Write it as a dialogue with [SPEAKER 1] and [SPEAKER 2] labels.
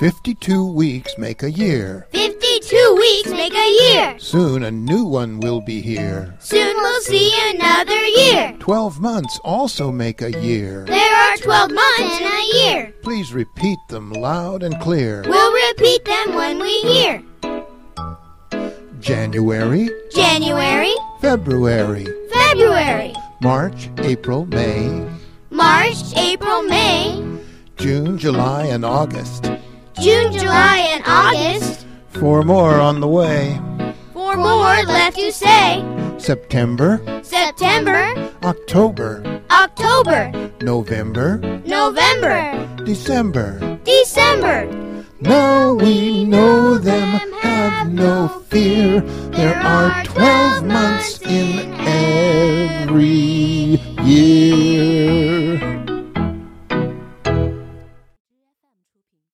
[SPEAKER 1] 52 weeks make a year.
[SPEAKER 2] 52 weeks make a year.
[SPEAKER 1] Soon a new one will be here.
[SPEAKER 2] Soon we'll see another year.
[SPEAKER 1] 12 months also make a year.
[SPEAKER 2] There are 12 months in a year.
[SPEAKER 1] Please repeat them loud and clear.
[SPEAKER 2] We'll repeat them when we hear.
[SPEAKER 1] January,
[SPEAKER 2] January,
[SPEAKER 1] February,
[SPEAKER 2] February,
[SPEAKER 1] March, April, May,
[SPEAKER 2] March, April, May,
[SPEAKER 1] June, July, and August.
[SPEAKER 2] June, July, and August.
[SPEAKER 1] Four more on the way.
[SPEAKER 2] Four more left to say.
[SPEAKER 1] September,
[SPEAKER 2] September,
[SPEAKER 1] October,
[SPEAKER 2] October,
[SPEAKER 1] November,
[SPEAKER 2] November,
[SPEAKER 1] December.
[SPEAKER 2] December.
[SPEAKER 1] Now we know them, have no fear. There are 12 months in a